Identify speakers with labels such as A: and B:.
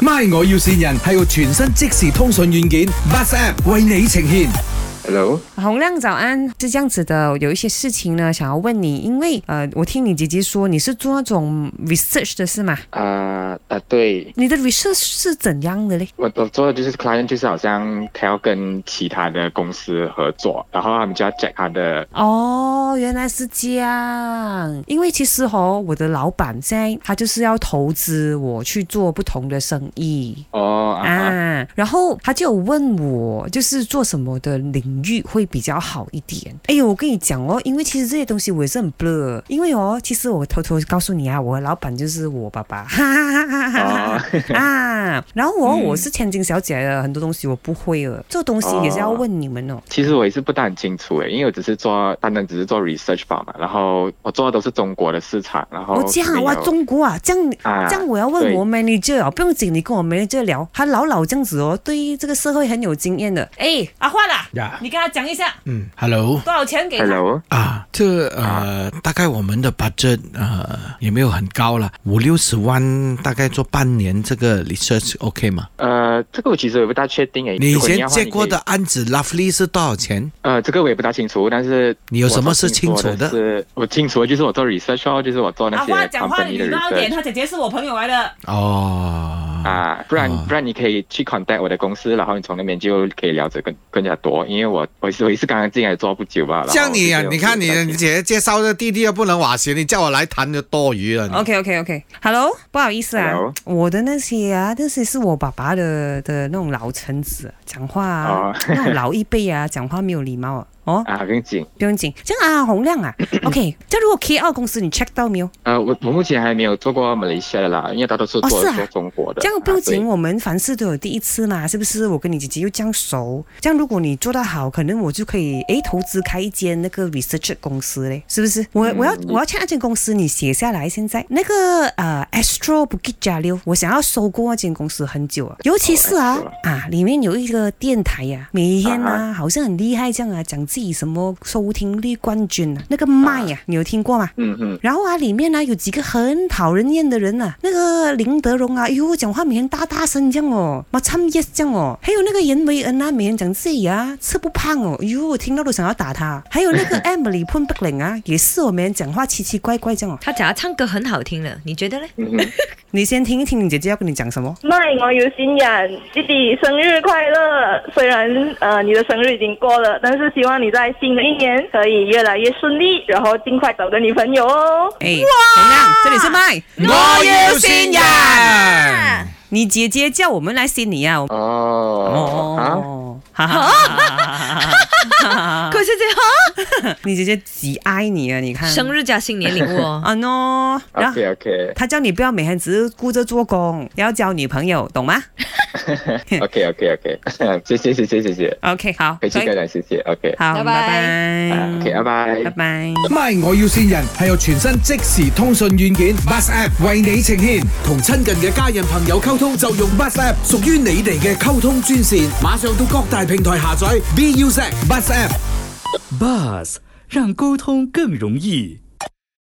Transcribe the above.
A: My 我要線人係個全新即時通訊軟件 Bus App 為你呈現。
B: Hello，
C: 啊洪亮早安，是这样子的，有一些事情呢想要问你，因为呃，我听你姐姐说你是做那种 research 的是吗？
B: 啊、呃、对，
C: 你的 research 是怎样的嘞？
B: 我我做的就是 client，就是好像他要跟其他的公司合作，然后他们就要 check 他的，
C: 哦，原来是这样。因为其实哦，我的老板现在他就是要投资我去做不同的生意
B: 哦啊啊
C: 啊，然后他就有问我，就是做什么的领域会比较好一点。哎呦，我跟你讲哦，因为其实这些东西我也是很 blur，因为哦，其实我偷偷告诉你啊，我的老板就是我爸爸，哈哈哈哈哈哈。
B: 哦，
C: 啊，然后我、
B: 嗯
C: 我是千金小姐的，很多东西我不会了，这东西也是要问你们哦。
B: 其实我也是不大很清楚诶，欸因为我只是做单单只是做 research 吧嘛，然后我做的都是中国的市场，然后
C: 我这样啊，
B: 没有
C: 哇，中国啊，这样、
B: 啊
C: 这样我要问
B: 对
C: 我 manager 啊，不用紧，你跟我 manager 聊，他老老这样子哦，对于这个社会很有经验的。哎，阿焕啊，
D: 呀
C: 你跟他讲一下
D: 嗯，Hello
C: 多少钱给他
B: Hello，
D: 啊，这呃，大概我们的 budget 呃也没有很高了，五六十万，大概做半年这个 research OK 吗？
B: 呃，这个我其实我也不大确定诶，
D: 你以
B: 如果
D: 前
B: 要的话
D: 接过的
B: 你可以
D: 案子 roughly 是多少钱？
B: 呃，这个我也不大清楚，但是
D: 你有什么是清楚
B: 我
D: 的
B: 所是我清楚的就是我做 research 哦，就是我做那
C: 阿
B: 些
C: 焕讲啊话
B: company
C: 礼
B: 的
C: 貌一点，
B: research
C: 他姐姐是我朋友来的。
D: 哦，
B: 啊，不然
D: 啊
B: 不然你可以去 contact 我的公司，然后你从那边就可以了解更更加多，因为我我是我也是刚刚进来做不久吧。然后
D: 像你啊，
B: 我就
D: 你看你
B: 有
D: 你姐姐介绍的弟弟又啊不能瓦鞋，你叫我来谈就多余了。
C: OK OK OK，Hello，、不好意思啊
B: 嗯 Hello
C: 我的那些啊，那些是我爸爸的的那种老臣子，讲话啊、
B: 哦
C: 那种老一辈啊， 讲话没有礼貌啊。哦，
B: 啊，更紧。
C: 不用紧，这样啊，洪 亮啊，OK，这样如果 K 二公司你 check 到没有？
B: 呃，我我目前还没有做过马来西亚的啦，因为大多数
C: 哦
B: 做、
C: 是啊
B: 做中国的。
C: 这样不用紧，
B: 啊
C: 我们凡事都有第一次嘛，是不是？我跟你姐姐又这样熟，这样如果你做得好，可能我就可以诶投资开一间那个 research 公司嘞，是不是？我、我要我要去那间公司，你写下来。现在那个呃 Astro Bukit Jalil，我想要收购那间公司很久啊，尤其是啊、
B: 哦
C: 啊，里面有一个电台呀、每一天
B: 啊
C: 啊好像很厉害这样啊，讲自己什么收听率冠军啊，那个麦呀、你有听过吗？
B: 对嗯嗯，
C: 然后啊，里面呢、有几个很讨人厌的人啊，那个林德荣啊，哎呦，讲话每天大大声这样哦，嘛唱 yes 这样哦，还有那个严维恩啊，每天讲自己啊吃不胖哦，哎呦，我听到都想要打他。还有那个 Emily 潘碧玲啊，也是哦，每天讲话奇奇怪怪这样哦。
E: 他讲他唱歌很好听了，你觉得呢？
B: 嗯嗯，
C: 你先听一听你姐姐要跟你讲什么。
F: 麦，我有新人，弟弟生日快乐！虽然呃你的生日已经过了，但是希望你在新的一年可以越来越顺利，然后尽快找个女朋友哦。
C: 哎，怎样？这里是麦，
D: 我要新人。
C: 你姐姐叫我们来信你啊。
B: 哦哦，
C: 哦，哈哈哈哈哈
E: 可
C: 哈！
E: 是这
C: 你姐姐极爱你啊，你看。
E: 样，生日加新年礼物哦。
C: 啊 no，
B: 啊
C: 然后
B: ，OK OK
C: 他叫你不要每天只是顾着做工，要交女朋友，懂吗
B: OK OK OK，谢 谢谢谢谢谢，
C: ？OK，好，
B: 回去
C: 所以
B: 再来，谢谢，OK，
C: 好，
E: 拜拜
C: 拜拜
B: 啊，OK，拜拜
C: 拜。拜。
A: My 我要線人係個全新即時通訊軟件 Bus App 為你呈現。同親近嘅家人朋友溝通就用 Bus App，屬於你哋嘅溝通專線。馬上到各大平台下載 BUZ Bus App。
G: Buzz 让沟通更容易。